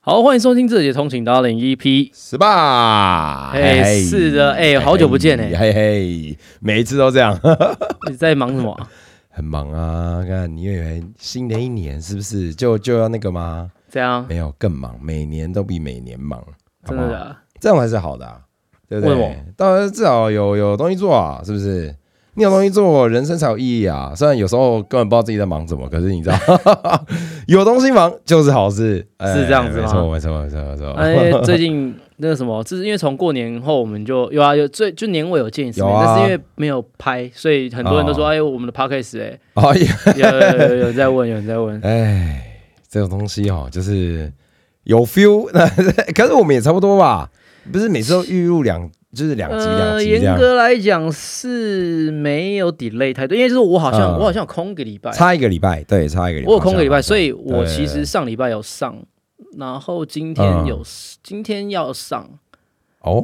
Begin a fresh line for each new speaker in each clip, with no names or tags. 好，欢迎收听《自己的通勤达人》EP。
是吧？
哎是的哎好久不见哎
嘿嘿，每一次都这样，
你在忙什么啊？
很忙啊。看，你以为新的一年是不是就就要那个吗？
这样
没有，更忙，每年都比每年忙，好
真
不好
的假的
这样还是好的、啊，对不
为什
对？当然至少有有东西做啊，是不是？你有东西做，人生才有意义啊。虽然有时候根本不知道自己在忙什么，可是你知道， 有东西忙就是好事，哎
是这样子吗
没错，没错，没错，没错。
哎，最近那个什么， 就是因为从过年后我们就有啊，有最就年尾有见一次面，
有啊
但是因为没有拍，所以很多人都说，
哦
哎，我们的 podcast 哎，
哎呀，
有有有有人在问，有人在问，
哎，这种东西哦，就是有 feel，那 可是我们也差不多吧，不是每次都预录两，就是两集两
呃，
集这
严
样，
格来讲是没有 delay 太多，因为就是我好像、
嗯
我好像有空个礼拜，
差一个礼拜，对，差一个礼拜，
我有空个礼拜，
差
所以
对
我
对
其
对嗯
实上礼拜有上，然后今天有、今天要上，
哦，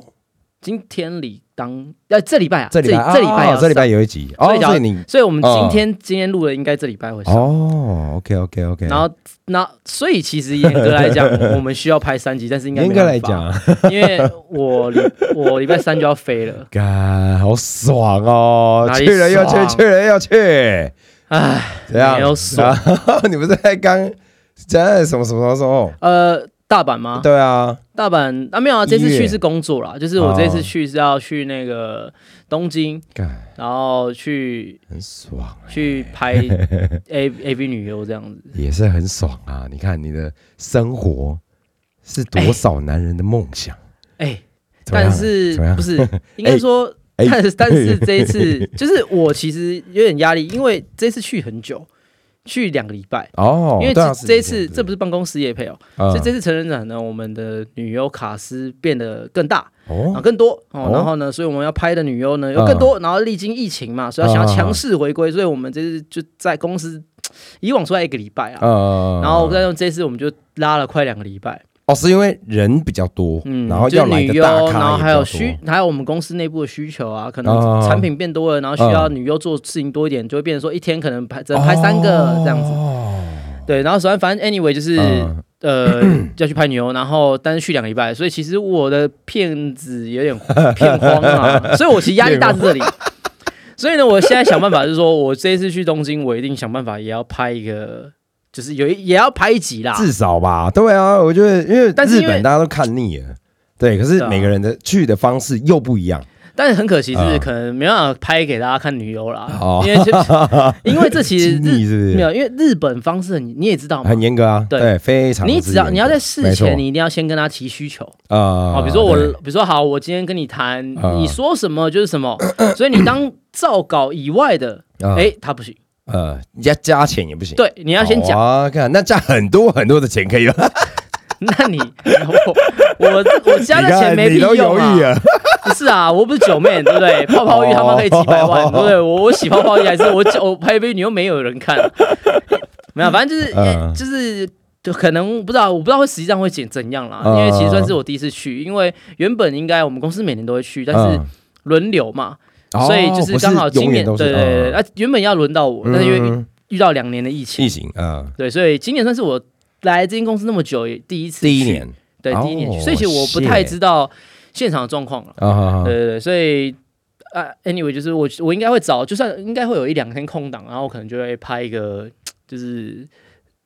今天理当呃这礼拜啊，
这礼拜
这礼拜要
哦
上
这礼拜有一集哦
所，以讲
所以你
所以我们今
嗯
天、今天录的应该这礼拜会上。
哦，OK OK OK，
然后，那所以其实严格来 讲，我们需要拍三集，但是应该
严
没
格
办
来
法，
讲，
因为我礼我礼拜三就要飞了，
干好爽哦，
哪里
去了又去
爽，
去了又去，
唉，
怎样？
没有爽。
你不是在刚在什么什么时候？
呃，大阪吗？
对啊，
大阪啊，没有啊，这次
一月哦
去是工作啦，就是我这次去是要去那个东京，
干
然后去
很爽。啊
去 拍 A A V 女优这样子。
也是很爽啊！你看你的生活是多少男人的梦想，
哎、
怎么样
但是
怎么样
不 是应该说，
哎
但是但是这一次就是我其实有点压力，因为这次去很久，去两个礼拜。
哦，
因为
对
这
啊
这一次这不
是
是办公室夜配哦，
嗯
所以这次成人展呢，我们的女优卡斯变得更大，啊，
哦，
更多哦
哦，嗯
然后呢，所以我们要拍的女优呢有更多，然后历经疫情嘛，所以要想要强势回归，所以我们这次就在公司以往出来一个礼拜啊，
呃
然后再用这次我们就拉了快两个礼拜，
哦是因为人比较多，
嗯，
然后
就
要
是
来
女
的
优，
大咖，
然后还有需，，还有我们公司内部的需求啊，可能
哦
产品变多了，然后需
嗯
要女优做事情多一点，就会变成说一天可能拍只能
哦
拍三个这样子，对，然后首先反正 anyway 就是。
嗯
呃， 要去拍女优，然后但是去两个礼拜，所以其实我的片子有点片荒啊，所以我其实压力大是这里。 所以呢，我现在想办法就是说，我这一次去东京，我一定想办法也要拍一个，就是有一也要拍一集啦。
至少吧，对啊，我觉得因为
但是因
日
为
本大家都看腻了，对，可
对
是
啊
每个人的去的方式又不一样，
但是很可惜是，
嗯
可能没办法拍给大家看女优啦，
哦
因为就因为这其 实
亲密
日
是不
没
是？
有，因为日本方式你你也知道嘛
很。严格啊，
对
对，非常之严
你
格。
只要你要在事
没错
前，你一定要先跟他提需求
啊
啊，比如说我，
对
比如说好，我今天跟你谈，
啊
你说什么就是什 么，所以你当照稿以外的，
啊
哎，他不行，
呃，你要加钱也不行。
对，你
你
要先讲，
啊，看那加很多很多的钱可以了。
那你我我我 加的钱没
你
必
看你都
用
犹
啊
豫，了，
不是啊，我不是九妹，对不 对？泡泡浴他妈可以几百万，
哦
对不对？我我洗泡泡浴还是我我拍杯，你又没有人 看，没有，反正就是、
嗯
就是。就可能不知道，我不知道会实际上会怎怎样啦，因
嗯
为其实算是我第一次去，因为原本应该我们公司每年都会去，但是
嗯
轮流嘛，
哦
所以就是
不
刚好今
永
年
远都
对
是
对对，
嗯
啊原本要轮到我，但是因为遇
嗯
遇到两年的疫情
疫，情啊，
对，所以今年算是我来这间公司那么久也第一次
第一
去
年
对，
哦
第一年去，所以其实我不太
谢
知道现场的状况了。
啊啊，啊
对对对，所以啊，anyway，就是我我应该会找，就算应该会有一两天空档，然后我可能就会拍一个就是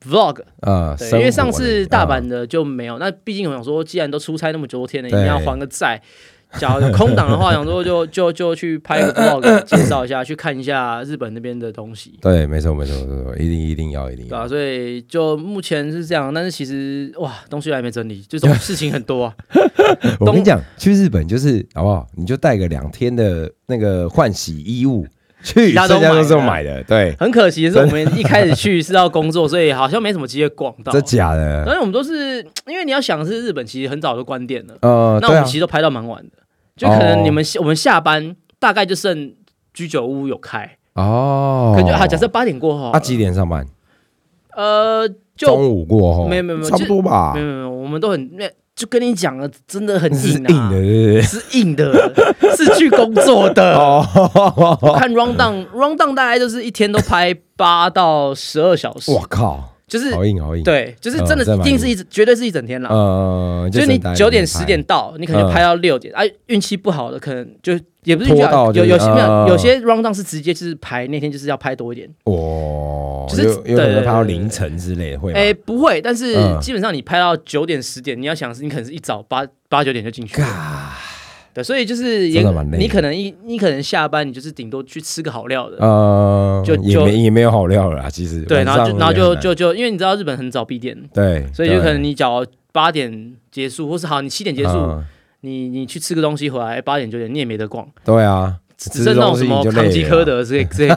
vlog，
啊，
对，
生
因为
活
上次
类
大
啊
阪的就没有。那毕竟我想说，既然都出差那么久天了，一
对
定要还个债。假如有空档的话，想说就 就就去拍个 vlog，介绍一下，去看一下日本那边的东西。
对，没错没错没错，一定一定要一定
对
要
啊，所以就目前是这样，但是其实哇，东西还没整理，就这 种事情很多啊。
我
东
跟你讲，去日本就是好不好？你就带个两天的那个换洗衣物 去，
其他都
剩下都是我
买
买的，对，
很可惜的是，我们一开始去是要工作，所以好像没什么机会逛到。啊
真假
但
的？
是我们都是因为你要想是日本，其实很早就关店了，
呃，
那我
对
们
啊
其，实都拍到蛮晚的，就可能
哦
你们下我们下班大概就剩居酒屋有开，
哦，
可能就啊假设八点过后好了，
他几点上班？
呃就
中午过后，啊
没有没有没有
差不多吧
没有没有，没有我们都很那就跟你讲了，真的很
是
硬
硬
啊
的，，对不对？
是硬的， 是去工作 的。
哦，
看 round down round down 大概就是一天都拍八到十二小时，
我靠，
就是
好硬好硬。，
对，就是
嗯
真的
这
一
蛮
定
硬
是一整，绝对是一整天啦。
呃，
就是
只
你
能待
九点
那边
十
拍嗯
点，到，你可能就拍到六点，哎，运气不好的可能就也不是运气
拖
好，
到就
有
是
有些没
嗯嗯
有
嗯
有些 round down 是直接就是排那天就是要拍多一点，
哇，
就是
有有可
对
能拍到
对对
凌晨之类的会吗？
哎，不会，但是
嗯
基本上你拍到九点十点，你要想是你可能是一早八八九点就进去了，
嘎，
对，所以就是也
真的蛮累的
你可能一你可能下班你就是顶多去吃个好料的，
呃，
就
也
就
没也没有好料了啦，其实
对，
晚
然后
上
就然后
也很
就
难
就就因为你知道日本很早闭店，
对，
所以就
对
可能你只要八点结束，或是好你七点结束，
嗯
你你去吃个东西回来八点九点你也没得逛。
对啊，只
只剩那种什么康吉科，德之类 之类的。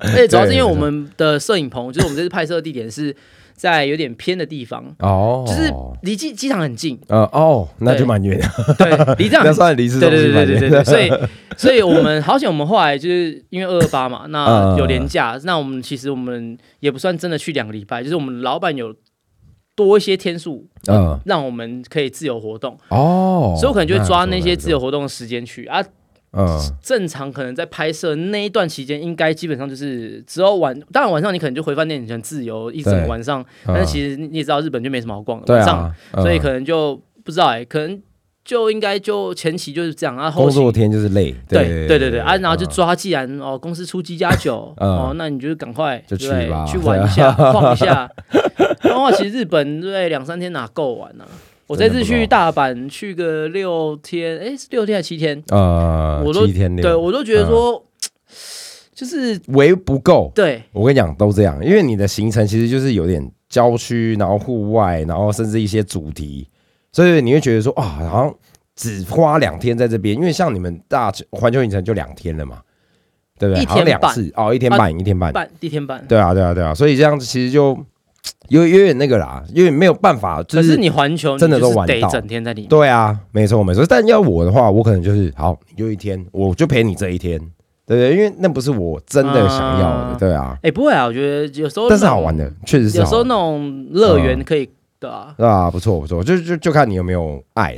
而且主要是因为我们的摄影棚，就是我们这次拍摄的地点是在有点偏的地方，
哦，
就是离机机场很 近，
呃哦，那
对
就蛮远 的，
对，离这样
那。算离市
对
中
对
心
对
蛮
对
远
对
的。
对，所以所以我们好险，我们后来就是因为二二八嘛，那
嗯
有年假，那我们其实我们也不算真的去两个礼拜，就是我们老板有多一些天数，
嗯
让我们可以自由活动，
哦，
所以我可能就会抓那些自
自由，
由活动的时间去啊，
嗯
正常可能在拍摄那一段期间，应该基本上就是只有晚，当然晚上你可能就回饭店，你很自由一整个
对
晚上。
嗯
但是其实你也知道，日本就没什么好逛的，
对
晚上，
啊，嗯
所以可能就不知道哎、可能就应该就前期就是这样，然、啊、后后
工
期
作天就是累，
对
对
对对啊，然后就
嗯
抓，既然哦公司出机加酒、
嗯
哦，那你就赶快
就
对
去
不对
吧
去玩一 下，晃一下。然后其实日本对不对两三天哪够玩呢、我这
真的
次
不
去
够
大阪去个六天，哎，是六天还是七天？
呃，
我都
七天六
对我都觉得
嗯
说，就是
为不够。
对
我跟你讲，都这样，因为你的行程其实就是有点郊区，然后户外，然后甚至一些主题，所以你会觉得说啊，好像只花两天在这边，因为像你们大环球影城就两天了嘛，对不对？
一天
好像两
半啊
次哦，一天半，一天半，
半第一天半，
对啊，对啊，对啊，所以这样子其实就有有点那个啦，因为没有办法，就
可是你环球
真的
你就
都
是
玩
得
到
整天在里面，
对啊，没错没错。但要我的话，我可能就是好，你就一天，我就陪你这一天，对不对？因为那不是我真的想要的，
啊
对啊。
哎，不会啊，我觉得有时候
但是
那种
好玩，的，确实是
有时候
好玩，
那种乐园可以对啊
嗯对啊，不错不错，就就就看你有没有爱，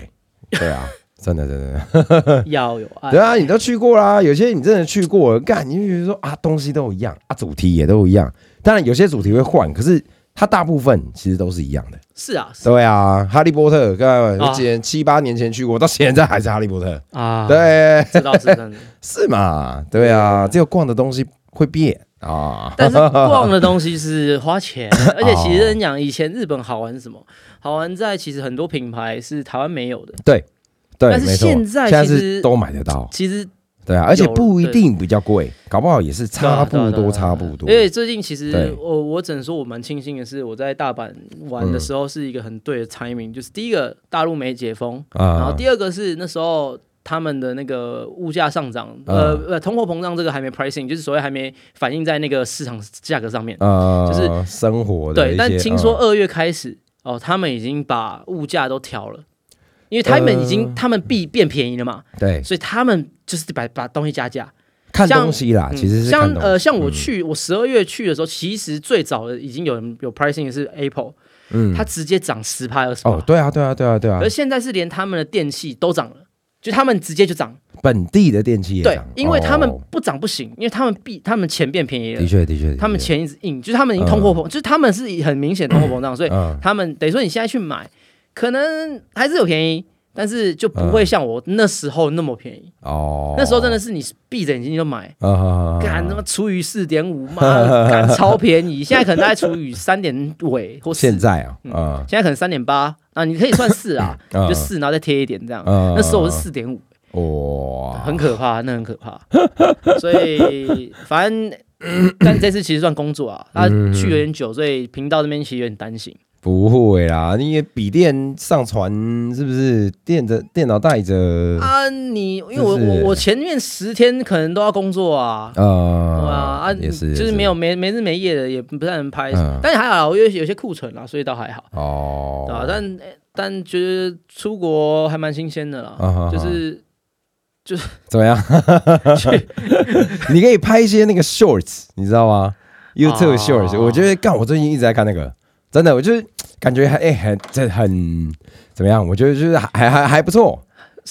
对啊。真的，真的，真的
要有爱
嗯对，啊，你都去过啦。有些你真的去过了，干，你就觉得说啊，东西都一样啊，主题也都一样。当然，有些主题会换，可是它大部分其实都是一样 的。
是啊是
对啊，哈利波特，刚
啊
我前七八年前去过，到现在还是哈利波特。
啊，，
对，
这倒是真的。
是嘛？对啊，只有逛的东西会变啊。
但是逛的东西是花钱，
哦
而且其实跟你讲，以前日本好玩是什么？好玩在其实很多品牌是台湾没有的，
对，
但是
没错
现在
现在
其
是
实
都买得到，
其实
对啊，而且
有
不一定比较贵，搞不好也是差不
对啊对啊对啊
多，差不多
因。为最近其实
对
我我只能说我蛮庆幸的是，我在大阪玩的时候是一个很对的 timing，、就是第一个大陆没解封，然后
嗯啊，
第二个是那时候。他们的那个物价上涨，
嗯
呃呃，通货膨胀这个还没 pricing，就是所谓还没反映在那个市场价格上面。
呃，
就是
生活的
对
一些，
但听说
嗯
二月开始，哦，他们已经把物价都调了，因为他们已经、
呃
他们币变便宜了嘛，
对
所以他们就是把把东西加价。
看
像
东西啦，
嗯
其实是
像
看东
呃，
西。嗯
像我去、我十二月去的时候，其实最早的已经有人有 pricing 的是 Apple，
嗯
它直接涨十趴二十趴，
哦，对啊，对啊，对啊，对啊
呃而，现在是连他们的电器都涨了。就他们直接就涨，
本地的电器也
对
涨，
因为他们
哦
不涨不行，因为他们币，他们钱变便宜
的
了，
确的确，的确
他们钱一直印，就是他们已经通货膨，就是他们是很明显通货膨胀，所以
嗯
他们等于说你现在去买，可能还是有便宜，但是就不会像我那时候那么便宜。
嗯哦，
那时候真的是你闭着眼睛就买，
啊啊啊啊
干他妈除以四点 五，妈的，干超便宜。现在可能大概除以三点尾或四，
现
现
在啊，啊
在可能三点八，啊，你可以算四 啊，
嗯
你就四，然后再贴一点这样。
嗯
那时候我是四点五，
哇，
很可
啊
怕，那很可怕。 所以反正。但这次其实算工作啊，他
嗯
去有点久，所以频道这边其实有点担心。
不会啦，你也笔电上传是不是？电着电脑带着，
啊，你因为我
嗯就是
我我前面十天可能都要工作啊，
呃，
对啊啊，
也是，
就
也
是没有没没日没夜的，也不太能拍，
嗯
但是还好啦，我有有些库存啊啦，所以倒还好，
哦
对啊，但但觉得出国还蛮新鲜的啦，
啊哈哈
就是
怎么样？ 你可以拍一些那个 shorts，你知道吗？YouTube
哦
shorts，、我觉得干，我最近一直在看那个，真的，我就是感觉还哎、很这很怎么样？我觉得就是还还还还不错。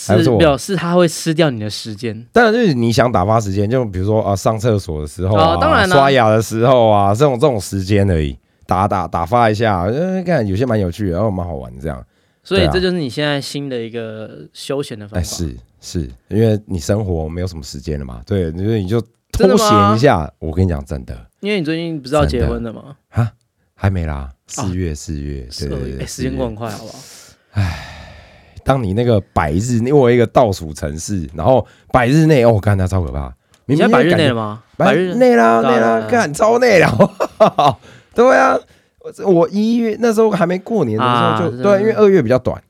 还不
是
错
表示他会吃掉你的时间。
当然就是你想打发时间，就比如说啊上厕所的时候啊，
哦当然啦
刷牙的时候啊，这种这种时间而已，打打打发一下，呃，看有些蛮有趣的，然后蛮好玩这样。
所以
对啊
这就是你现在新的一个休闲的方
哎，
法。
是是，因为你生活没有什么时间了嘛，对，你就你就
真
偷
的吗
闲一下。我跟你讲，真的
因为你最近不是要结婚了吗？
啊，还没啦，
啊
四月四月，对
所
对
以
对，
哎，时间
四月
过很快，好不好？
当你那个百日，因为我有一个倒数城市，然后百日内，哦，干那超可怕。
你
明
现
明
在百
就
日
感觉
内了吗？
百
百
日
日
内啦
对啊
内啦
对，啊
干超内了。 对啊，我我一月那时候还没过年的时
啊
候就、
是
对，因为
是
二月比较短，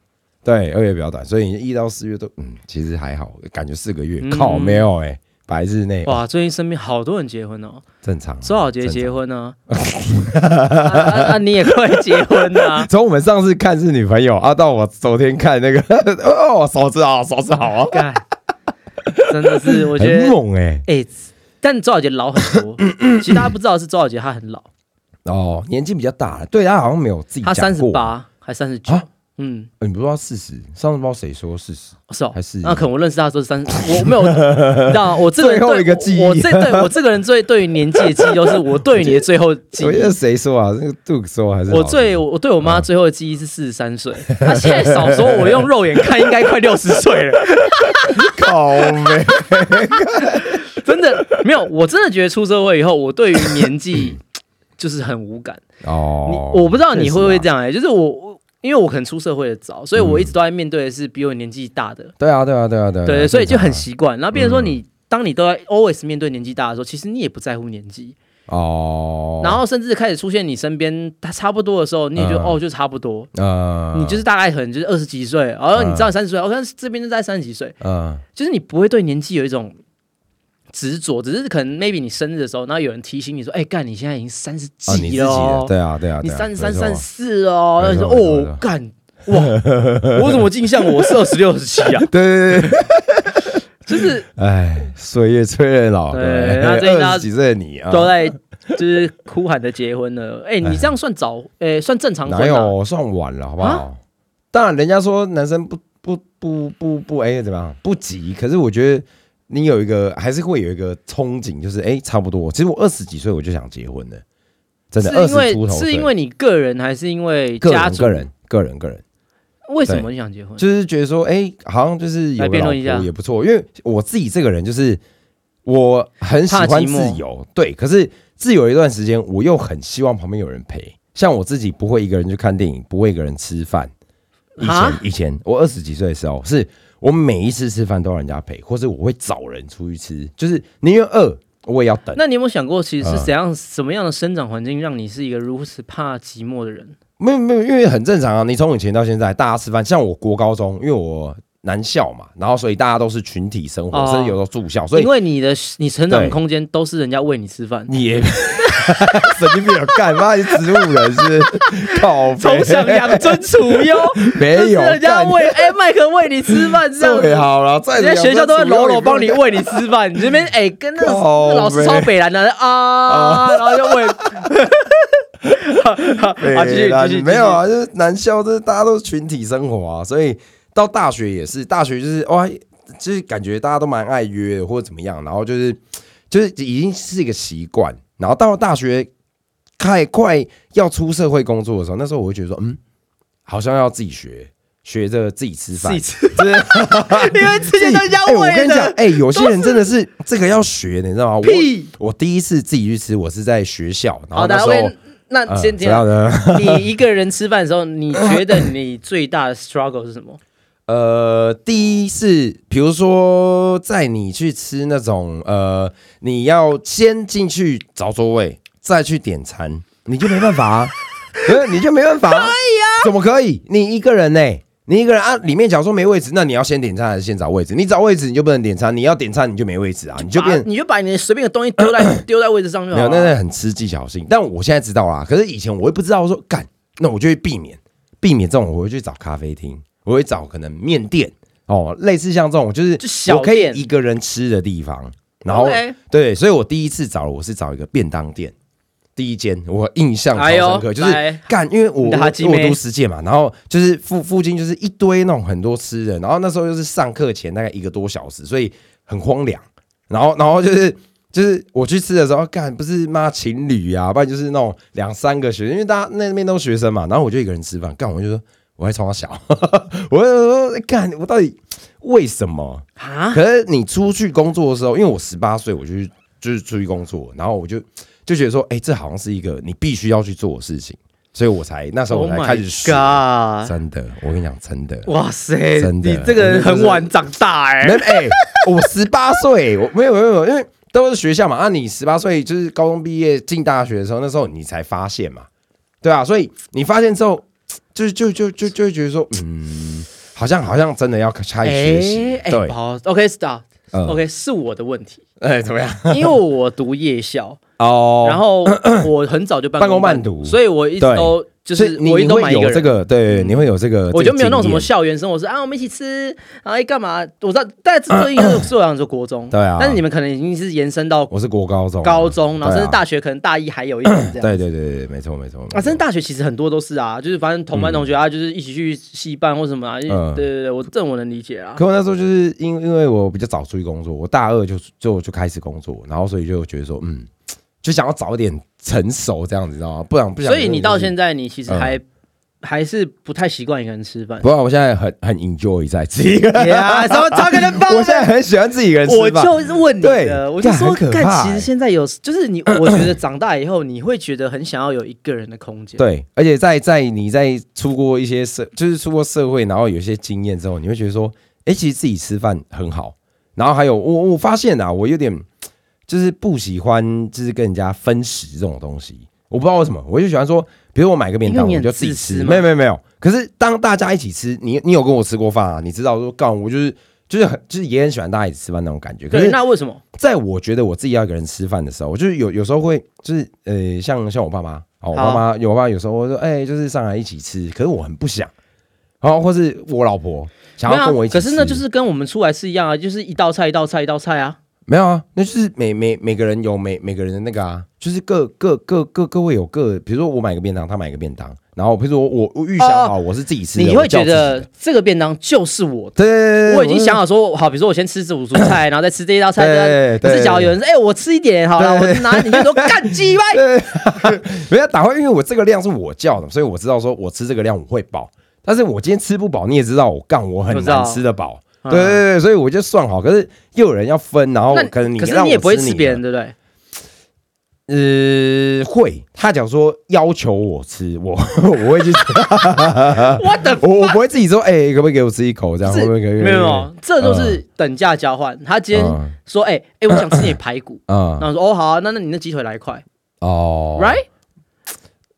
对，二月比较短，所以你一到四月都嗯，其实还好，感觉四个月、
嗯
靠没有哎、百日内
哇，最近身边好多人结婚哦，
正常啊，
周小杰结
正常。
婚呢，啊啊啊，你也快结婚 啊！
从我们上次看是女朋友啊，到我昨天看那个 哦，手指好，手指好啊，
干，真的是我觉
很
得
猛哎、
哎，但周小杰老很多。其实大家不知道的是周小杰他很老，
哦，年纪比较大了，对他好像没有自己
他
讲
三十
过，
八还三十九
啊。
嗯，
呃你不知道四十，上次不知道谁说四十，
是哦，
还是
那可能我认识他的时候是三，我没有， 你知道吗我这个人
最后
对
一个记忆
我我这 对我这个人最对于年纪的记忆，就是我对于你的最后记
我哦记
忆
得。谁说啊？那个杜克说还是
我
老
最
杜
我对我
嗯
妈最后的记忆是四十三 岁，她现在少说，我用肉眼看应该快六十岁 了，
靠呗，
真的没有，我真的觉得出社会以后，我对于年 纪就是很无感。你
哦
我不知道你会不会这
样？
样哎、就是我我因为我可能出社会的早，所以
嗯
我一直都在面对的是比我年纪大的，
对啊，对啊，对啊，对啊，嗯
对，所以就很
正
习惯。然后变成说你。当你都在 always 面对年纪大的时候，其实你也不在乎年纪，
常啊哦。
然后甚至开始出现你身边他差不多的时候，你也觉得、
嗯
哦就差不多，
呃，
你就是大概可能就是二十几岁，然后你知道三十岁，哦，但是这边就在三十几岁，
嗯
就是你不会对年纪有一种执着，只是可能 maybe 你生日的时候，然后有人提醒你说，哎、干你现在已经三十
啊，你
几
自己
了、
的
哦，
对啊，对啊，
你
对啊
三十三、
没错
三十四哦，然后
没
你
错
说
没错
哦干哇，我怎么印象我是二十六、二十七啊？
对对对对，
就是
哎，岁月催人老，
对
对，
那最近大家
二十几岁的你啊，
都在就是哭喊着结婚了。哎，你这样算早，哎，算正常
哪
婚啊？
有算晚了，好不好？当然，人家说男生不不不不不，哎，怎么样？不急。可是我觉得你有一个，还是会有一个憧憬，就是哎，差不多。其实我二十几岁我就想结婚了，真的，二
是因
十出
为
头
是
岁
因为你个人还是因为
个
家
人
族
个？人个人个人，
为什么你想结婚？
就是觉得说，哎、好像就是有
来
个
辩
老
论一下
婆也不错，因为我自己这个人就是我很喜
怕
欢
寂寞
自由，对，可是自由一段时间，我又很希望旁边有人陪。像我自己不会一个人去看电影，不会一个人吃饭。以前
啊
以前我二十几岁的时候，是我每一次吃饭都要人家陪，或是我会找人出去吃，就是宁愿饿我也要等。
那你有没有想过，其实是
嗯
怎样、什么样的生长环境让你是一个如此怕寂寞的人？
没有没有，因为很正常啊。你从以前到现在，大家吃饭，像我国高中，因为我男校嘛，然后所以大家都是群体生活，
哦
甚至有时候住校，所以
因为你的你成长
对
的空间都是人家喂你吃饭，
你也神经病有啊干妈，你植物人是不是 靠
从
北
小养尊处 优，
没有
就是人家
干啊
喂哎麦克喂你吃饭这样
最
子。
好了，再
人家
怎么
学校都会
样植物
搂
也
搂
不
帮你
能
喂你吃饭，你这边哎跟那个
靠
那老师超北蓝的啊，然后就 喂，
干
啊继续
啦
继续
没有啊，就是男校，就是大家都是群体生活啊，所以到大学也是，大学就是哇，就是感觉大家都蛮爱约的或者怎么样，然后就是就是已经是一个习惯，然后到了大学快快要出社会工作的时候，那时候我会觉得说，嗯，好像要自己学。学着自己吃
自
饭
己，吃， 因为
自
之
己
前都人家
哎我
喂
跟你讲，
的
哎、有些人真的是这个要学的，你知道吗？我
屁，
我第一次自己去吃，我是在学校，然后
好
啊那
的
时，候
喂，那
呃
先
怎
这样
样，呢？
你一个人吃饭的时候，你觉得你最大的 struggle 是什么？
呃，第一是比如说在你去吃那种呃，你要先进去找座位，再去点餐，你就没办 法、啊，呃你就没办法、可以啊？怎么可以？你一个人呢、你一个人啊，里面假如说没位置，那你要先点餐还是先找位置？你找位置你就不能点餐，你要点餐你就没位置啊，你就变
把你就把你随便的东西丢 在丢在位置上就
没
好
有，
了。
那是很吃技巧性。但我现在知道啦，可是以前我会不知道我说干，那我就会避免避免这种，我会去找咖啡厅，我会找可能面店哦，类似像这种就是
就小
我可以
店
一个人吃的地方。然后
OK
对，所以我第一次找我是找一个便当店，第一间，我印象超
哎呦
深刻，就是
来
干，因为我
你的
我
哈基
我
妹
读实践嘛，然后就是附附近就是一堆那种很多吃人，然后那时候又是上课前大概一个多小时，所以很荒凉。然后然后就是就是我去吃的时候，干不是妈情侣啊，不然就是那种两三个学生，因为大家那边都是学生嘛，然后我就一个人吃饭，干我就说我还冲他小，我就说干我到底为什么？
啊，
可是你出去工作的时候，因为我十八岁，我就去就是出去工作，然后我就就觉得说，哎、这好像是一个你必须要去做的事情，所以我才那时候
Oh
我才开始学。
my god！
真的，我跟你讲，真的，
哇塞，
真的
你这个人很晚长大哎、
没哎、我十八岁，我没有没有没有，因为都是学校嘛，啊，你十八岁就是高中毕业进大学的时候，那时候你才发现嘛，对啊，所以你发现之后，就就就就就会觉得说，嗯，好像好像真的要开始学习，
哎
对，
好，OK stop。
嗯
OK，是我的问题，
哎、怎么样？
因为我读夜校，
哦，
然 后我很早就半工
半工半读
所以我一直
对
都就
所以
是
你
我一直
你
都
会
蛮一
有
个人，
这
嗯
个，对，你会有这个，
我就没有那种什么
这
校园生活是啊，我们一起吃，然后干嘛？我知道，但是这应该是是我想说国中，
对啊
但是你们可能已经是延伸到
个经验，我是国高中，
高中，然后
对啊
甚至大学，可能大一还有一点这样。
对啊对对对，没错没错，没错
啊，真的大学其实很多都是啊，就是反正同班同学啊，就是一起去戏办或什么啊，对
嗯
对对，我这我能理解啊。
可我那时候就是因因为我比较早出去工作，我大二就就就开始工作，然后所以就觉得说，嗯，就想要早一点成熟这样子，你知道吗？不然不想。嗯
所以你到现
在，
在，你其实还还是不太习惯一个人 吃饭。
不过我现在很很 enjoy 在自己一个人，
呀，什么超跟人
我现在很喜欢自己一个人吃
我
饭。
就是问你
对
的，我就说，
干很可
干，
怕
其
欸
实现在有，就是你，我觉得长大以后，你会觉得很想要有一个人的空间。
对，而且在在你在出过一些社，就是出过社会，然后有一些经验之后，你会觉得说，哎、其实自己吃饭很好。然后还有，我我发现啊，我有点就是不喜欢，就是跟人家分食这种东西。我不知道为什么，我就喜欢说，比如我买个便当，
因为你
我
很
就自己
自私
吃。
嘛
没有没有没有。可是当大家一起吃，你你有跟我吃过饭啊？你知道说，干我就是就是很就是也很喜欢大家一起吃饭那种感觉。可
对，
是
那为什么？
在我觉得我自己要一个人吃饭的时候，我就是有有时候会就是呃，像像我爸妈，哦，我爸
好
妈有我爸妈有时候会说，哎、就是上来一起吃，可是我很不想，然后或是我老婆想
没有
要
啊
跟我一起吃，
可是那就是跟我们出来是一样啊，就是一道菜一道菜一道菜啊。
没有啊，那就是每每每个人有每每个人的那个啊，就是各各各各各位有各，比如说我买个便当，他买个便当，然后比如说我我预想
哦
好我是自己吃的，
你
我
会
叫
觉
自己的
得这个便当就是我的。
对对对，对
我已经想好说，好，比如说我先吃主主菜，然后再吃这一道菜。
对
这道可
对
是假如有人说，哎，我吃一点好了，
对
我拿你就说干鸡掰。
没有打坏，因为我这个量是我叫的，所以我知道说我吃这个量我会饱。但是我今天吃不饱，你也知道我干我很
我知
难
道
吃得饱，
嗯
对对对，所以我就算好。可是又有人要分，然后
那
哦可能你
可是
让
你
我
也不会
吃
吃
你
别
的
人，对不对？
呃，会。他讲说要求我吃，我 我会去吃，啊
我 的
我我不会自己说，哎、可不可以给我吃一口这样？
是
啊会不会可以？啊
没有没有，这都是等价交换。他今天
嗯
说，哎哎，我想吃你的排骨，
啊、
然后说，哦好啊，那那你那鸡腿来一块
哦啊
，right？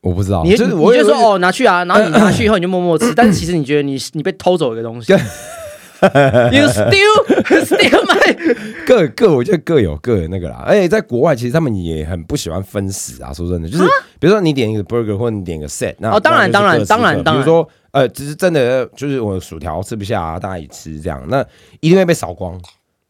我不知道，
你你
就是
就
我有
说，哦拿去啊， 然后你拿去以后你就默默吃，但是其实你觉得你你被偷走一个东西。You still still my
各各我觉得各有各的那个啦，而且在国外其实他们也很不喜欢分食啊。说真的，就是比如说你点一个 burger 或者你点个 set，那
哦当然
那就是各吃
当然
各
当然
比如说呃，只是真的就是我薯条吃不下、啊，大家一起吃这样，那一定会被扫光。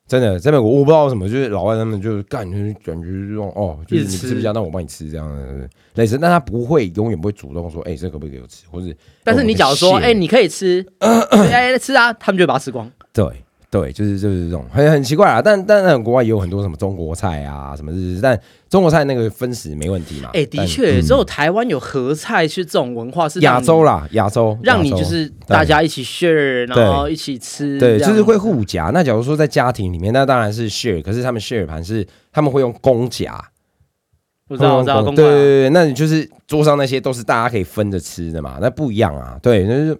真的，在美国我不知道为什么，就是老外他们就是干，就是感觉就是说哦，就是
一
你
直吃
吃不下，那我帮你吃这样的类似，但他不会永远不会主动说，哎、这可不可以给我吃，或是
但是你假如说，哎、
哎
你可以 吃，哎、吃啊，他们就会把它吃光。
对对，就是就是这种很很奇怪啊。但但但国外也有很多什么中国菜啊，什么日式，但中国菜那个分食没问题嘛。
哎、的
但嗯
确，只有台湾有合菜是这种文化，是让
亚
你
洲啦，亚洲
让你
亚洲
就是大家一起 share，
对
然后一起吃，
对，
这
就
样
是会互夹。那假如说在家庭里面，那当然是 share，可是他们 share 盘是他们会用公夹，
我知道，我知道，
对
公
对
馆啊
对，对那你就是桌上那些都是大家可以分着吃的嘛，那不一样啊。对，那就是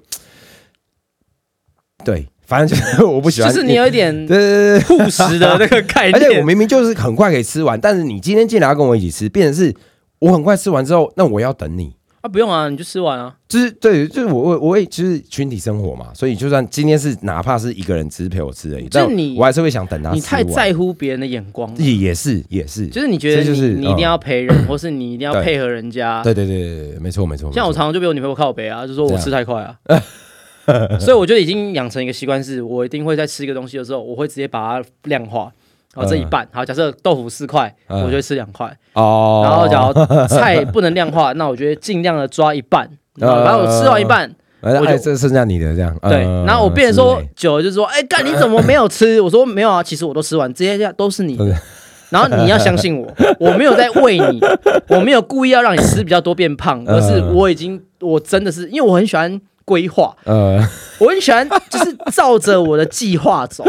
对，反正就是 我不喜欢，
就是你有一点
对对对对。
护食的那个概
而且我
念。
明明就是很快可以吃完，但是你今天进来要跟我一起吃，变成是我很快吃完之后，那我要等你。
啊，不用啊，你就吃完啊。
就是对，就是我我我也就是群体生活嘛，所以就算今天是哪怕是一个人只是陪我吃而已，
就是
但
你
我还是会想等他吃完。
你太在乎别人的眼光了，
也也是也是，
就是你觉得
这
你、
就是
你一定要陪 人，或是你一定要
对
配合人家。
对对对对对，没错没错。
像我
没错
常常就被我女朋友靠北啊，就说
这
我
样
吃太快啊， 所以我就已经养成一个习惯，是我一定会在吃一个东西的时候，我会直接把它量化。然后这一半，好，假设豆腐四块，
嗯
我就会吃两块。
哦，
然后假如菜不能量化，那我觉得尽量的抓一半，然后
呃
然后我吃完一半，
哎，
我就
哎这剩下你的这样，
对，
嗯
然后我变成
之
说
类
久了就说，哎，干你怎么没有吃？我说没有啊，其实我都吃完，这些都是你 的。然后你要相信我，我没有在喂你，我没有故意要让你吃比较多变胖，
呃
而是我已经我真的是因为我很喜欢规划，
呃，
我很喜欢，就是照着我的计划 走。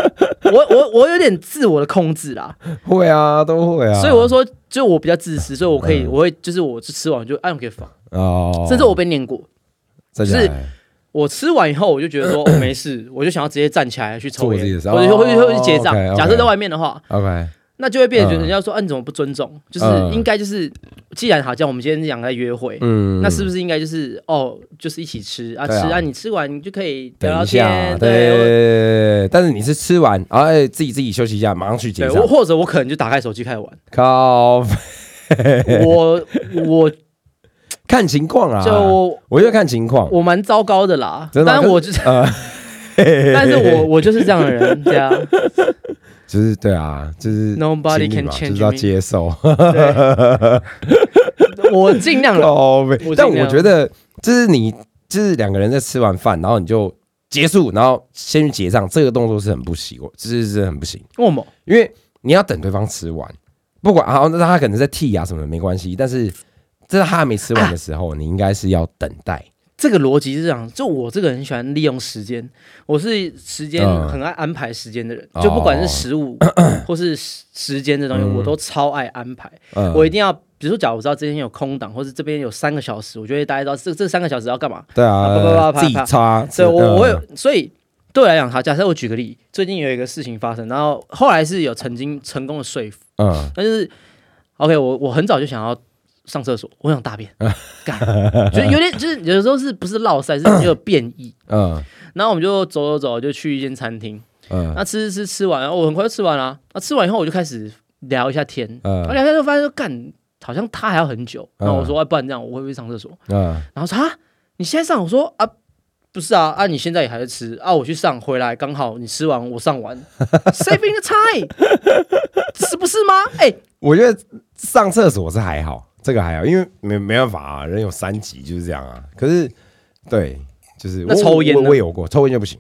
我我我有点自我的控制啦，
会啊，都会啊，嗯
所以我就说，就我比较自私，所以我可以，我会就是我吃完就按 o n t
哦，
甚至我被念过，
真
是
的哎
我吃完以后我就觉得说、哦、没事，我就想要直接站起来去抽
做
烟
自己的，事
或者
哦
或者或者去结账。
OK，OK
假设在外面的话，
，OK，
那就会变得觉得
嗯
人家说，啊你怎么不尊重？就是
嗯
应该就是，既然好像我们今天讲在约会。
嗯，
那是不是应该就是哦，就是一起吃啊吃
对啊
啊，你吃完你就可以聊
等
聊
一下，
天，
对对，对对但是你是吃完，然后哎自己自己休息一下，马上去结
对，
账
我，或者我可能就打开手机开始玩，
靠，
我我
看情况啊，
就我
我就看情况，
我蛮糟糕的啦，
真的吗
但我就是，
呃
但是我我就是这样的人，啊这样
就是对啊，就是
，Nobody
情侣
can
嘛
change
就是要
me，
接受，
对我尽量了，
靠背
尽量
但我觉得就是你就是两个人在吃完饭，然后你就结束，然后先去结账，这个动作是很不习惯，就是是很不行。
我某
因为你要等对方吃完，不管好，那他可能在剔牙什么的没关系，但是这是他还没吃完的时候，你应该是要等待。
这个逻辑是这样，就我这个人喜欢利用时间，我是时间
嗯
很爱安排时间的人，
哦
就不管是食物 或是时时间这东西，
嗯
我都超爱安排，
嗯，
我一定要。比如说，假如我知道这边有空档，或是这边有三个小时，我就会大家知道这这三个小时要干嘛。
对
啪啪啪
啊，
啪
自己擦，
所以我
嗯
我会，所以对我来讲，好，假设我举个例，最近有一个事情发生，然后后来是有曾经成功的说服，
嗯，
但是 OK，我我很早就想要上厕所，我想大 便，干，就是有点就是有时候是不是落塞，是有变 异。
嗯
然后我们就走走走，就去一间餐厅，
嗯
那吃吃吃吃完，然后我很快就吃完了、那吃完以后我就开始聊一下天，
嗯
然后聊天就发现说干，好像他还要很久。然后我说，哎，不然这样，我会不会上厕所？
嗯
然后说啊，你现在上？我说啊，不是啊，啊，你现在也还在吃啊，我去上回来刚好你吃完我上 完，saving the time，是不是吗？哎、
我觉得上厕所是还好，这个还好，因为没没办法啊，人有三级就是这样啊。可是对，就是
那
我
抽烟呢
我我也有过，抽烟就不行。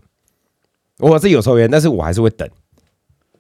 我自己有抽烟，但是我还是会等。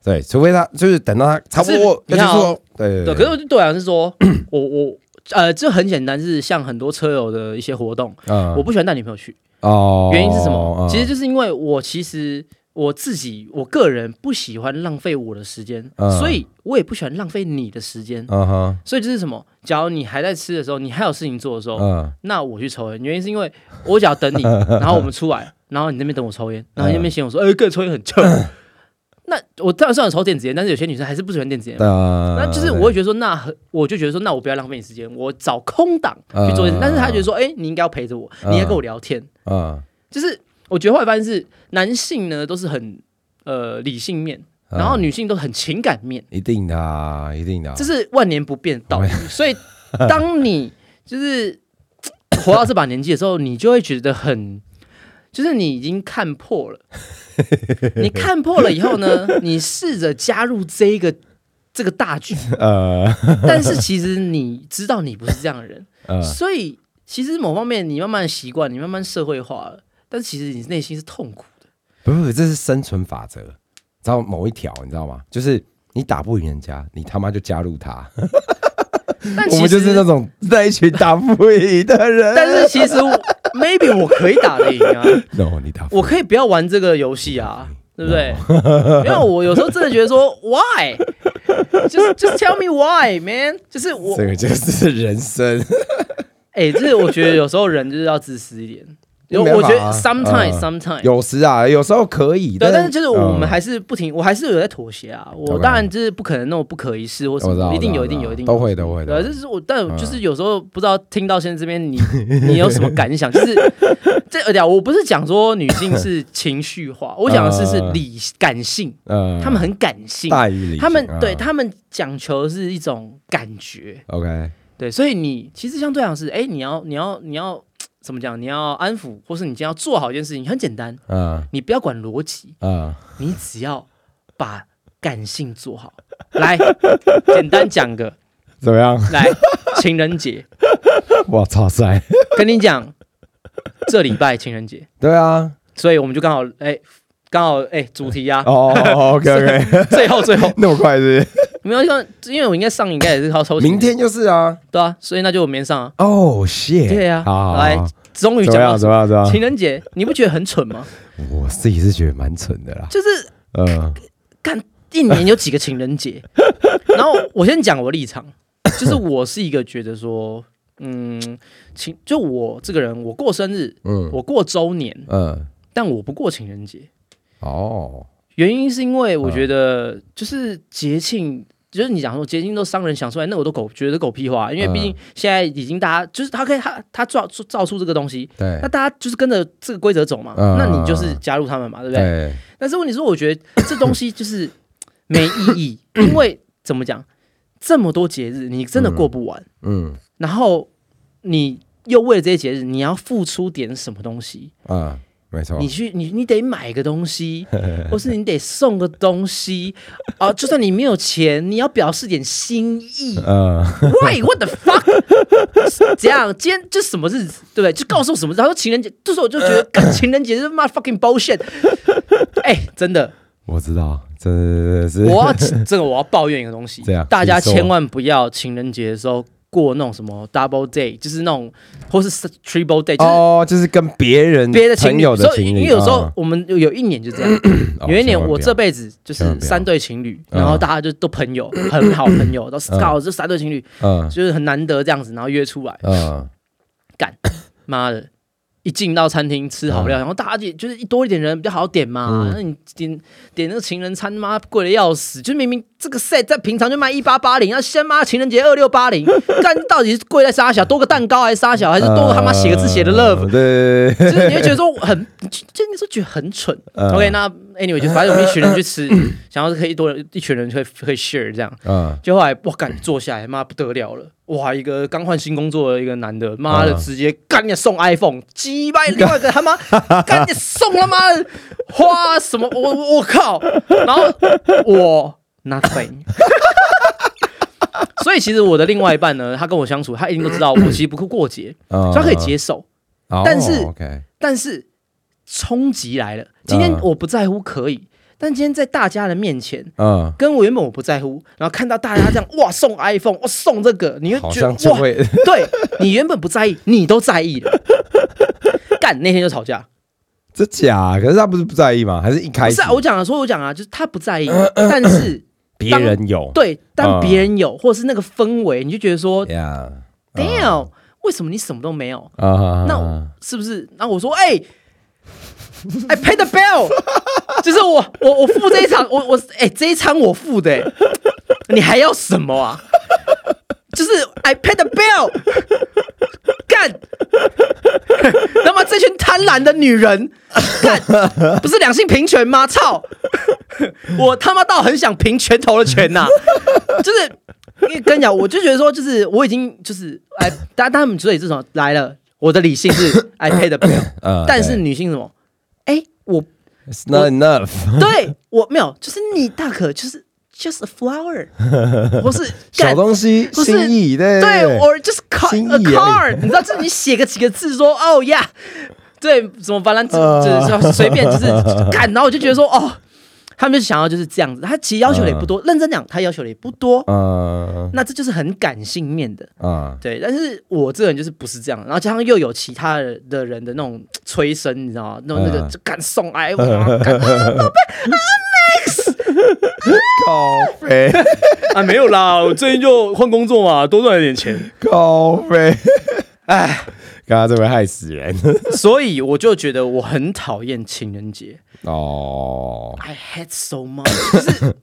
对，除非他就是等到他差不多，
可是
那
你看
就
哦
说对
对，可是我就对我啊来讲是说，我我呃，这很简单，是像很多车友的一些活动，
嗯
我不喜欢带女朋友去，
哦，
原因是什么？
嗯
其实就是因为我其实。我自己，我个人不喜欢浪费我的时间，
嗯
所以我也不喜欢浪费你的时间。
嗯哼，
所以就是什么，假如你还在吃的时候，你还有事情做的时候，
嗯
那我去抽烟，原因是因为我想要等你，然后我们出来，然后你那边等我抽烟，然后你那边嫌我说，哎、个人抽烟很 臭。那我当然虽然抽电子烟，但是有些女生还是不喜欢电子烟。
那
那就是我会觉得说，那很我就觉得说，那我不要浪费你时间，我找空档去做这件事
嗯
但是她觉得说，哎、你应该要陪着我，
嗯
你应该跟我聊天。
嗯，
就是我觉得后来发现是男性呢都是很呃理性面，
嗯
然后女性都很情感面。
一定的啊，一定的啊，
这是万年不变的道理。所以，当你就是活到这把年纪的时候，你就会觉得很，就是你已经看破了。你看破了以后呢，你试着加入这一个这个大局，
呃
但是其实你知道你不是这样的人，
呃
所以其实某方面你慢慢习惯，你慢慢社会化了，但是其实你内心是痛苦的。
不不，不这是生存法则，知道某一条你知道吗？就是你打不赢人家，你他妈就加入他。
但
我
其
们就是那
实，
种那一群打不赢的人。
但是其 实我 maybe 我可以打得赢啊。
no，你打不
我
赢
可以不要玩这个游戏啊，对不 对？因为我有时候真的觉得说，why，就是 just tell me why man，就是我
这，个就是 人生。
哎、就是我觉得有时候人就是要自私一点，有
没办
我
法
觉
啊
得 sometimes、
嗯
sometimes。
有时啊，有时候可以，
对，但是就是我们
嗯
还是不停，我还是有在妥协啊。我
OK
当然就是不可能那种不可一世或什
我知道
么，一定有，
我
一
知道
定有，一定有
都会都会
对啊，
的嗯
就。是我，但就是有时候不知道听到现在这边你你有什么感想？ 就是这而且我不是讲说女性是情绪化， 我讲的是是
嗯嗯嗯
理感性，
嗯
他们很感性，
大于理性，
他们对
嗯
他们讲求是一种感觉，
OK，
对，所以你其实相对上是，哎，你要你要你要怎么讲？你要安抚，或是你今天要做好一件事情，很简单，
嗯
你不要管逻辑，
嗯
你只要把感性做好，来，简单讲个，
怎么样？
来，情人节，
哇操塞！
跟你讲，这礼拜情人节，
对啊，
所以我们就刚好，哎、刚好，哎、主题啊，
哦 ，OK OK，
最后最后
那么快是
没有，因为因为我应该上，应该也是靠抽
不
签
是？明天就是啊，
对啊，所以那就我明天上啊，
哦、谢，
对啊，
好，好
来
好，
终于
怎
讲
么样？
到
怎么样？怎么样？
情人节，你不觉得很蠢吗？
我自己是觉得蛮蠢的啦，
就是
嗯，
干一年有几个情人节？然后我先讲我立场，就是我是一个觉得说，嗯，情就我这个人，我过生日，
嗯
我过周年，
嗯，
但我不过情人节。
哦，
原因是因为我觉得就是节庆。就是你讲说节庆都商人想出来，那我都狗觉得狗屁话，因为毕竟现在已经大家就是他可以他他造出造出这个东西，
对
那，大家就是跟着这个规则走嘛，
嗯
那你就是加入他们嘛，对不对？
对，
但是问题是，我觉得这东西就是 没意义，因为怎么讲，这么多节日你真的过不完，
嗯
然后你又为了这些节日，你要付出点什么东西，
啊，没错，
你去你你得买个东西，或是你得送个东西啊、就算你没有钱，你要表示点心意。
嗯，
Why what the fuck？是怎样？今天这什么日子？对不对？就告诉我什么日子？他说情人节，这时候我就觉得，干情人节是妈 fucking bullshit。哎、真的，
我知道，这这是
我要这个我要抱怨一个东 西
这样，
大家
请说
千万不要情人节的时候过那种什么 double day，就是那种或是 triple day，就是
哦，就是跟别人
别的情
朋
侣。
友的
所以
情
因
侣，
为有时候
啊哦
我们有有一年就这样，有一年我这辈子就是
千万不要
三对情侣，
嗯
然后大家就都朋友，很好朋友，都是
嗯
刚好这三对情侣
哦
就是很难得这样子，然后约出来，
千万不要嗯
妈的。一进到餐厅吃好
嗯
料，然后大家也就是一多一点人比较好点嘛。那你点点那个情人餐，妈贵的要死！就明明这个 set 在平常就卖一八八零，那先妈情人节二六八零， 干到底是贵在杀小？多个蛋糕还是杀小？还是
嗯，
多他妈写个字写的 love？
嗯对对对
就是你会觉得说很，就你说觉得很蠢。
嗯
OK，那 anyway 就反正我们一群人去 吃，想要是可以多人一群人可以可以 share 这样。
嗯，
就后来哇，干坐下来，妈不得了了，哇，一个刚换新工作的一个男的，妈的，
嗯
直接干你送 iPhone，击败另外一个他妈干你送他妈的花什么，我我我靠，然后我 nothing。所以其实我的另外一半呢，他跟我相处，他一定都知道我其实不过节，
嗯
所以他可以接受。
哦
但是
OK，
但是冲击来了，今天
嗯
我不在乎可以，但今天在大家的面前，
嗯，
跟我原本我不在乎，然后看到大家这样哇送 iPhone，哇送这个，你
好
会觉
像
得
就
哇，
会
对你原本不在意，你都在意了。干那天就吵架，
这假，可是他不是不在意嘛，还是一
不
开
是
始呃
啊，我讲了说我讲啊，就是他不在意，但是
别人有
对，当
嗯
别人有或是那个氛围，你就觉得说
呀，
damn，为什么你什么都没有？
啊，
那我是不是？那我说，哎、i pay the bill，就是 我我我付这一场，我我哎、这一餐我付的、哎你还要什么啊？就是 I pay the bill，干， 那么这群贪婪的女人，干，不是两性平权吗？操，我他妈倒很想平拳头的拳呐、就是。因为跟你讲，我就觉得说，就是我已经就是哎，但但他们所以这种来了，我的理性是哎 I pay the bill，
嗯
但是女性是什么？哎，我
，It's not enough，
对我没有，就是你大可就是 just a flower，不是
小
干
东西
不是
心意，对
对，or just
心
card a
意而已
card，你知道，就是你写个几个字说哦呀，对，什么反正
呃
就是随便就是干，然后我就觉得说哦，他们就想要就是这样子，他其实要求的也不多，认真讲，他要求的也不多，
嗯
那这就是很感性面的。
啊，
对，但是我这个人就是不是这样，然后加上又有其他的的人的那种催生，你知道吗？那种那个
嗯
就敢送哎，我敢
高飞
啊没有啦，我最近就换工作嘛，多赚一点钱。
高飞，
哎，
刚刚这会害死人
所以我就觉得我很讨厌情人节
哦，
，I hate so much，就是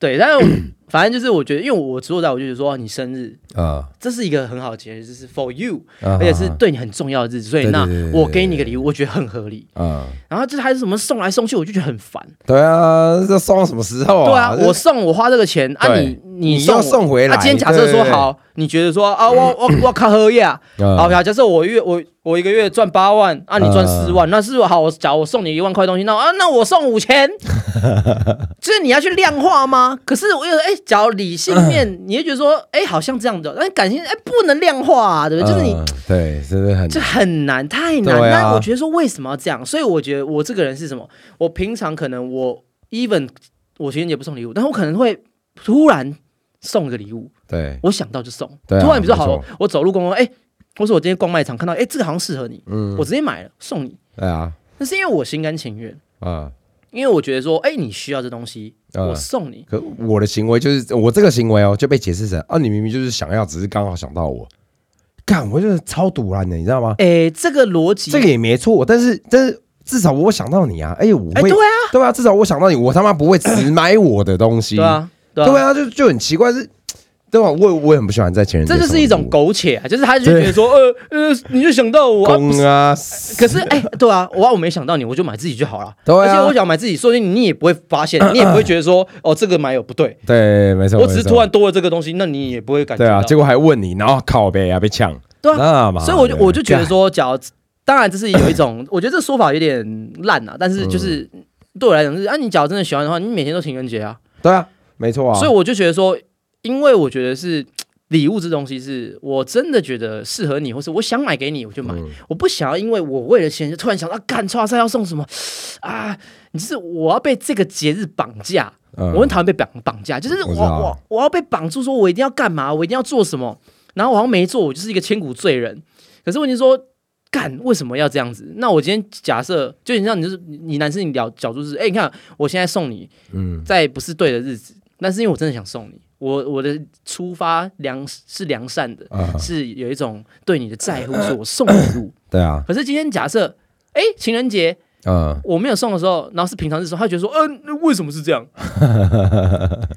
对，但是我反正就是我觉得，因为我做到，我就觉得说你生日
啊，
这是一个很好的节日，就是 for you，、
而
而且是对你很重要的日子，所以
啊对对
那
对对对
我给你个礼物，我觉得很合理。
啊，
然后这还是什么送来送去，我就觉得很烦。
对啊，这送到什么时候
对啊，
这
我送我花这个钱啊
对
你，你
你
送
要
我
送回来
啊，今天假设
对
说
对对
好，你觉得说啊，我 我我靠喝呀，好
啊
呀，假设我月我我一个月赚八万，啊，你赚
嗯
四万，那是好，我假如我送你一万块东西，那啊，那我送五 千，就是你要去量化吗？可是我有哎，假如理性 面，你会觉得说，哎，好像这样的，但感性哎不能量化、啊，对不对？就是你
嗯对，真的很
这很难，太难。
对啊
那我觉得说为什么要这样？所以我觉得我这个人是什么？我平常可能我 even 我情人节不送礼物，但我可能会突然送一个礼物，
对，
我想到就送。
对啊
突然比如说好
没错，
我走路逛逛，哎、或是我今天逛卖场看到，哎、这个好像适合你，
嗯，
我直接买了送你。
对啊，
那是因为我心甘情愿，
啊。
因为我觉得说，哎、你需要这东西，
嗯
我送你。
可我的行为就是我这个行为哦，就被解释成啊，你明明就是想要，只是刚好想到我。干，我就是超堵然的，你知道吗？
哎、这个逻辑，
这个也没错，但是但是至少我想到你啊，哎、我
哎、
会、
对啊，
对啊，至少我想到你，我他妈不会只买我的东西，
对啊，对啊。
对啊，就就很奇怪是，对吧、我我也很不喜欢在情人节
这
送礼
就
物，
是一种苟且、啊，就是他就觉得说，呃呃，你就想到我，啊不
公
是
啊，
可是哎、对啊，我我没想到你，我就买自己就好了。
对啊
而且我想买自己，说不定你也不会发 现，你也不会觉得说，哦，这个买有不对。
对，没错，
我只是
没错
突然多了这个东西，那你也不会感觉
对
到。
啊，结果还问你，然后靠背啊被呛，
对啊
那嘛，
所以我就我就觉得 说，假如当然这是有一种，我觉得这说法有点烂啊，但是就是。
嗯
对我来讲就是啊，你假如真的喜欢的话，你每天都情人节啊，
干，对啊，没错啊，
所以我就觉得说，因为我觉得是礼物这东西是我真的觉得适合你，或是我想买给你我
嗯
就买，我不想要因为我为了钱就突然想到啊干超赛要送什么啊，你就是我要被这个节日绑架，
嗯
我很讨厌被绑绑架，就是
我
我
知道
我我要被绑住，说我一定要干嘛，我一定要做什么，然后我好像没做，我就是一个千古罪人。可是问题是说，干为什么要这样子？那我今天假设，就你知道，你就是你你男生，你聊角度是，哎、你看我现在送你，
嗯
在不是对的日子，但是因为我真的想送你，我我的出发良是良善的，
啊、
是有一种对你的在乎，所以我送你礼物。
对啊，
可是今天假设，哎、情人节
嗯，
我没有送的时候，然后是平常日送，他觉得说，嗯、那为什么是这样？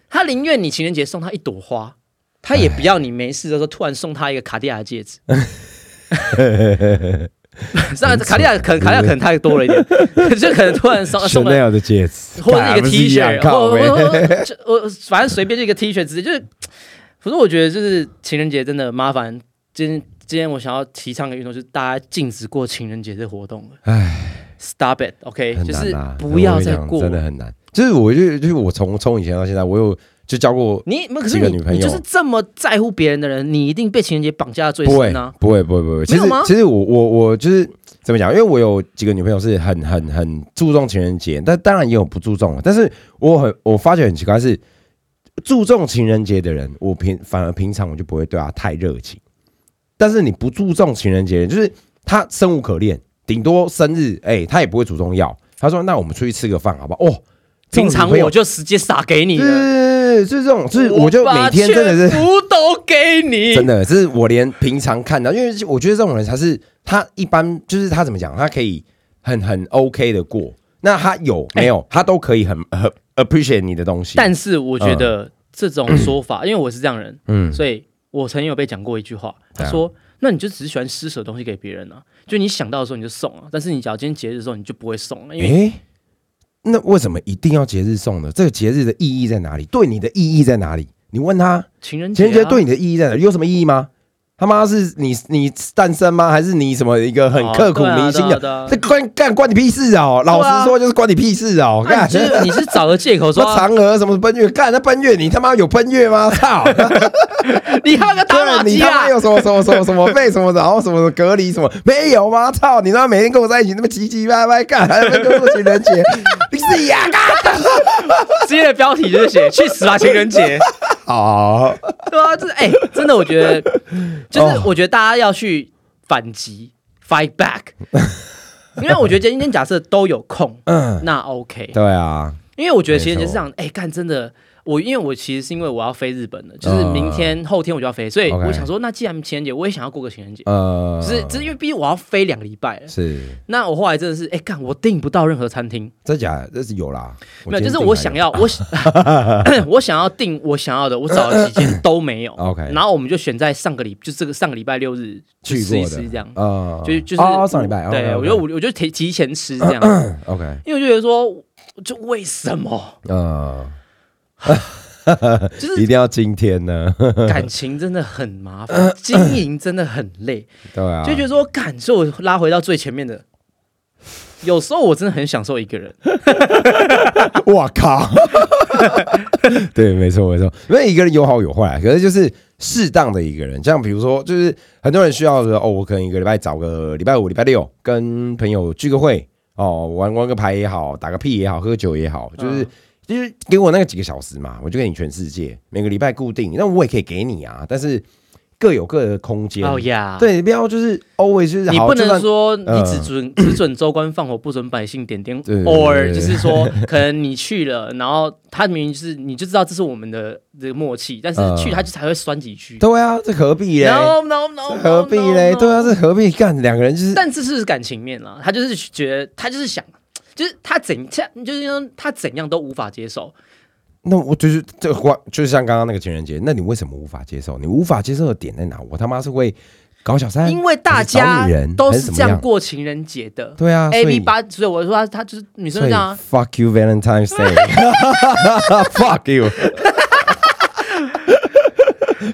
他宁愿你情人节送他一朵花，他也不要你没事的时候突然送他一个卡地亚的戒指。 上卡地亚可能卡地亚可能太多了一点，就可能突然送送了
Chanel 的戒指，
或者
干
一个
不是
T
一样
恤，
靠
或
背，
或就
呃
我反正随便就一个 T 恤，直接就是。可是我觉得就是情人节真的麻烦。今天今天我想要提倡的运动就是大家禁止过情人节这活动了。Stop it，OK，、
很
就是
难啊，
不要再
我跟你讲
过。
真的很难。就是我就就是我从从以前到现在，我有就交过，
你没有可是
几个
你
女朋友
你就是这么在乎别人的人，你一定被情人节绑架的最
不会
深啊！
不会不会不会。其
没有
实
吗
其实我我我就是怎么讲？因为我有几个女朋友是很很很注重情人节，但当然也有不注重的。但是我很我发觉很奇怪是，注重情人节的人，我平反而平常我就不会对他太热情。但是你不注重情人节，就是他生无可恋，顶多生日，哎、他也不会主动要。他说：“那我们出去吃个饭，好不好？”哦，这种
平常
女朋友
我就直接撒给你了，
是就是这种，就是我就每天真的
我把
是
全部都给 你，
真的，就是我连平常看到，因为我觉得这种人才是他一般就是他怎么讲，他可以很很 OK 的过，那他有没有、他都可以很很 appreciate 你的东西，
哎但是我觉得这种说法， 因为我是这样人，
嗯啊
所以我曾经有被讲过一句话，他说：“那你就只是喜欢施舍东西给别人啊，就你想到的时候你就送啊，但是你假如今天节日的时候你就不会送了，啊因为
诶那为什么一定要节日送呢？这个节日的意义在哪里？对你的意义在哪里？你问他，
情人节、
情
啊、
人节对你的意义在哪里？有什么意义吗？他妈是你你诞生吗？还是你什么一个很
哦
刻骨
对啊
铭心
对啊
的？
对啊
这关干关你屁事哦！
啊
老实说，就是关你屁 事哦！
啊
干
你就是你是找个借口
什
说
么
啊
嫦娥什么奔月，干那奔月，你他妈有奔月吗？ 操！
你还有个打马
对你
机
他
啊
妈，有什么什么什么什么费什么的，然后什么隔离什么没有吗？操！你他妈每天跟我在一起那么唧唧歪歪干，还在跟我情 人节，你是呀？干
直接的标题就是写 去死吧情人 节，
好，
对啊，这哎、真的我觉得就是
哦
我觉得大家要去反击 fight back，因为我觉得今天假设都有空，
嗯，
那 OK，
对啊，
因为我觉得情人节
没错
是这样，哎，干真的，我因为我其实是因为我要飞日本了，就是明天、后天我就要飞，所以
嗯 OK
我想说，那既然情人节，我也想要过个情人节，
呃，
只是只是因为毕竟我要飞两个礼拜了。
是
那我后来真的是，哎，干我订不到任何餐厅，
真假的？这是有啦，
没有，就
今天
是
订
我
还
想
有
要，我 我想 要订我想要的，我找了几间都没有。
OK
然后我们就选在上个礼，就这个上个礼拜六日
去
吃
过
一
的
吃这样，
呃，
就就是
哦上礼拜
对，我
，OK，OK
就我就提提前吃这样，
OK，
因为我就觉得说，就为什么
呃，
就
一
是
定要今天呢？
感情真的很麻烦，经营真的很累，
对 啊，
就觉得说感受拉回到最前面的。有时候我真的很享受一个人，
我靠， 对，没错没错，因为一个人有好有坏，啊可是就是适当的一个人，像比如说，就是很多人需要的哦，我可能一个礼拜找个礼拜五、礼拜六跟朋友聚个会哦，玩玩个牌也好，打个屁也好，喝个酒也好，就是。
嗯
就是给我那个几个小时嘛，我就给你全世界，每个礼拜固定，那我也可以给你啊，但是各有各的空间。
哦呀，，
对，不要就是 always 就是
你
好
不
就
能
算
说你
嗯
只准只准州官放火，不准百姓点灯
对对对，
偶尔
对
就
对
是说，可能你去了，然后他明明就是你就知道这是我们的这个默契，但是
嗯
去他就才会酸几句。
对啊，这何必嘞？
No no no，,
这何必嘞？对啊，这何必干？两个人就是
但这是感情面了，他就是觉得他就是想，就是他怎他就是说他怎样都无法接受，
那我就是这话，就像刚刚那个情人节，那你为什么无法接受？你无法接受的点在哪？我他妈是会搞小三，
因为大
哎还是
家
找女人
都
还是
是
怎么
这样
样
过情人节的。
对啊
A
所
B
以
八，所以我就说他他就是女生
所
就
以
这样啊，
fuck you Valentine's Day，fuck you，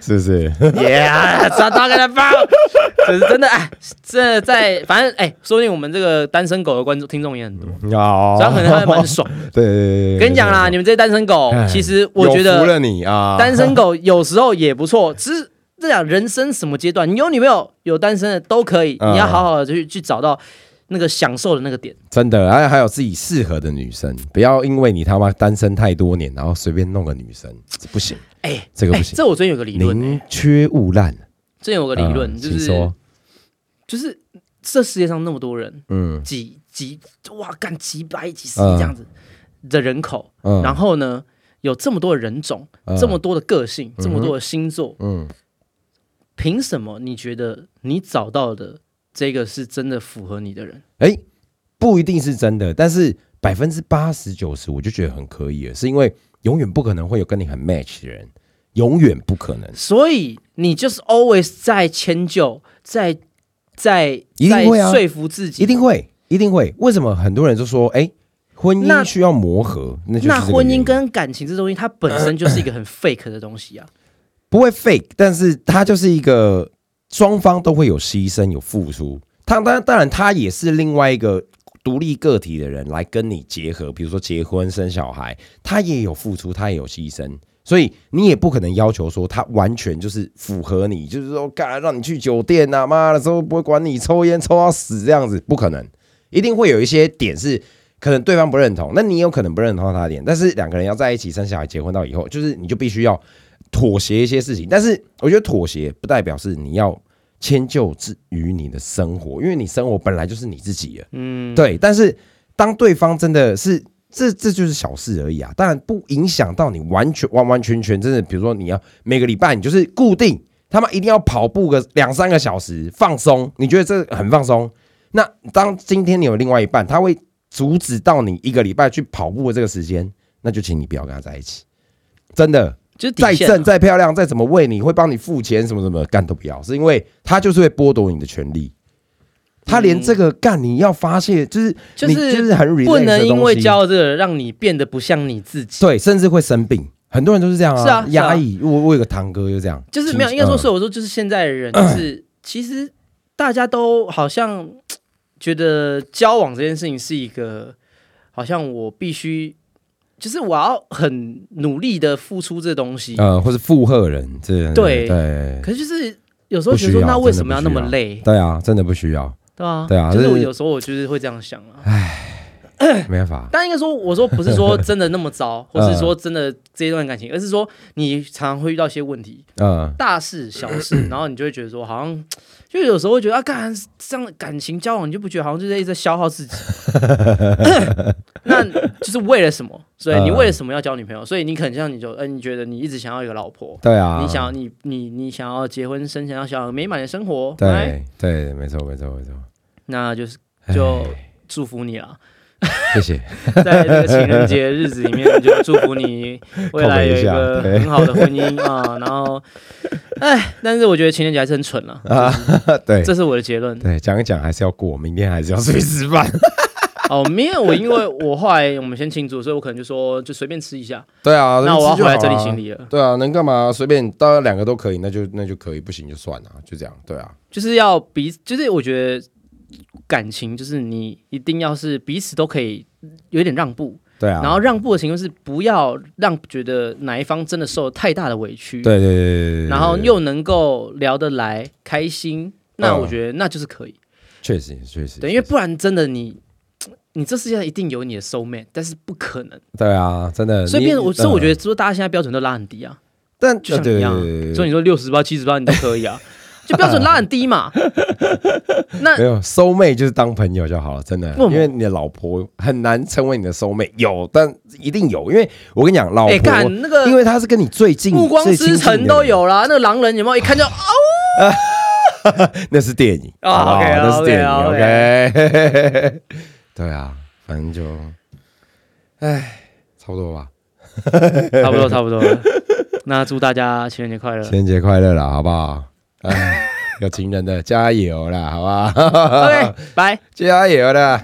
是不是？
Yeah，抓到给他包，这是真的哎，这在反正哎，说不定我们这个单身狗的观众听众也很多，
哦
所以他可能还蛮爽的。
对 对对，
跟你讲啦，你们这些单身狗，
哎
其实我觉
有福
得
了 你啊，
单身狗有时候也不错，只是这样人生什么阶段，你有女朋友有单身的都可以，
嗯
你要好好的去去找到那个享受的那个点。
真的，还还有自己适合的女生，不要因为你他妈单身太多年，然后随便弄个女生，这不行，
哎，
这个
哎
不，行，
这我最近有个理论，
宁缺毋滥。
最近有个理论
嗯
就
请
是
说
就是这世界上那么多人，
嗯
几几哇干几百几十亿这样子的人口，
嗯
然后呢有这么多的人种，
嗯
这么多的个性，这么多的星座，
嗯，
凭什么你觉得你找到的这个是真的符合你的人？
哎，不一定是真的，但是百分之八十九十，我就觉得很可以了，是因为永远不可能会有跟你很 match 的人，永远不可能，
所以你就是 always 在迁就，在在
一
在
定会啊
说服自己，
一定会，一定会。为什么很多人就说，哎，婚
那
姻需要磨合？那就是
那
这个
婚
原
姻
因
跟感情这东西，它本身就是一个很 fake 的东西啊。
不会 fake，但是它就是一个双方都会有牺牲、有付出。他当然当然，他也是另外一个独立个体的人来跟你结合，比如说结婚、生小孩，他也有付出，他也有牺牲。所以你也不可能要求说他完全就是符合你，就是说干让你去酒店啊，妈的都不会管你抽烟抽到死这样子，不可能，一定会有一些点是可能对方不认同，那你也有可能不认同他的点，但是两个人要在一起生小孩、结婚到以后，就是你就必须要妥协一些事情。但是我觉得妥协不代表是你要迁就之于你的生活，因为你生活本来就是你自己的，
嗯，
对。但是当对方真的是这这就是小事而已啊，当然不影响到你完全完完全全真的，比如说你要每个礼拜你就是固定他妈一定要跑步个两三个小时放松，你觉得这很放松？那当今天你有另外一半，他会阻止到你一个礼拜去跑步的这个时间，那就请你不要跟他在一起，真的。
就是底
再
线啊
正、再漂亮、再怎么为你，会帮你付钱什么什么，干都不要，是因为他就是会剥夺你的权利。他连这个干你要发泄，就是
嗯就
你
是
就是很 relax
不能
的东
因为
西
交了这个让你变得不像你自己。
对，甚至会生病。很多人都是这样
是啊是啊
压抑。我我有个堂哥就这样，
就是没有，
亲
应该说，
嗯
所以我说，就是现在的人， 就是其实大家都好像觉得交往这件事情是一个，好像我必须，就是我要很努力的付出这东西。
呃，或是附和人，这
对
对
可是就是有时候
不
觉得
需
说，
要
那为
真的
什么
不
要那
需
么
要
累？
对啊，真的不需要。
对啊，
对啊
就是
就是
我有时候我就是会这样想啊。
没办法，
但应该说，我说不是 说真的那么糟，或
嗯
是说真的这一段感情，而是说你常常会遇到一些问题，
嗯，
大事小 事，然后你就会觉得说，好像就有时候会觉得啊，干这样的感情交往，你就不觉得好像就是一直在消耗 自己？那就是为了什么？所以
啊
你为了什么要交女朋友？所以你可能像你就，嗯、你觉得你一直想要一个老婆，
对啊，
你想要你你你想要结婚生，想要想要美满的生活，哎，
对对，没错没错没错，
那就是
哎
就祝福你了。
谢谢，
在这个情人节日子里面，就祝福你未来有一个 很好的婚姻啊。然后，哎，但是我觉得情人节还是很蠢了、啊，
对
这是我的结论。
对，讲一讲还是要过，明天还是要出去吃饭，
哦，没有，我因为我后来我们先庆祝，所以我可能就说就随便吃一下。
对啊，
那我要
吃就
回来
好
整理
啦
行李了，
对啊，能干嘛？随便，当然两个都可以，那就那就可以，不行就算了，就这样，对啊，
就是要彼，就是我觉得感情就是你一定要是彼此都可以有一点让步，
对啊，
然后让步的情况是不要让觉得哪一方真的受了太大的委屈。
对对对对对，对嗯
然后又能够聊得来、开心，那我觉得那就是可以。
确实确实，
对，因为不然真的你，你这世界上一定有你的 soul mate，但是不可能。
对啊，真的，
所以
你
变成我，所以我觉，
嗯
得说大家现在标准都拉很低啊，
但
就像
对
你一样啊
对对对对，
所以你说六十八、七十八你都可 以啊，就标准拉很低嘛。那
没有收妹就是当朋友就好了，真的，
为什么
因为你的老婆很难成为你的收妹，有但一定有，因为我跟你讲，老
哎，
婆，
干那个
因为她是跟你最近，
暮光
最亲
之
近的
城
人
都，有啦，那个狼人有没有一看 就哦？
那是电影
哦
好不好
OK，哦
那是电影
OK，
，OK，对 啊，反正就，哎，差不多吧，
差不多，差不多了。那祝大家情人节快乐
情！人节快乐啦，好不好？ 哎，有情人的加油啦，好不好？
OK，拜。
加油啦！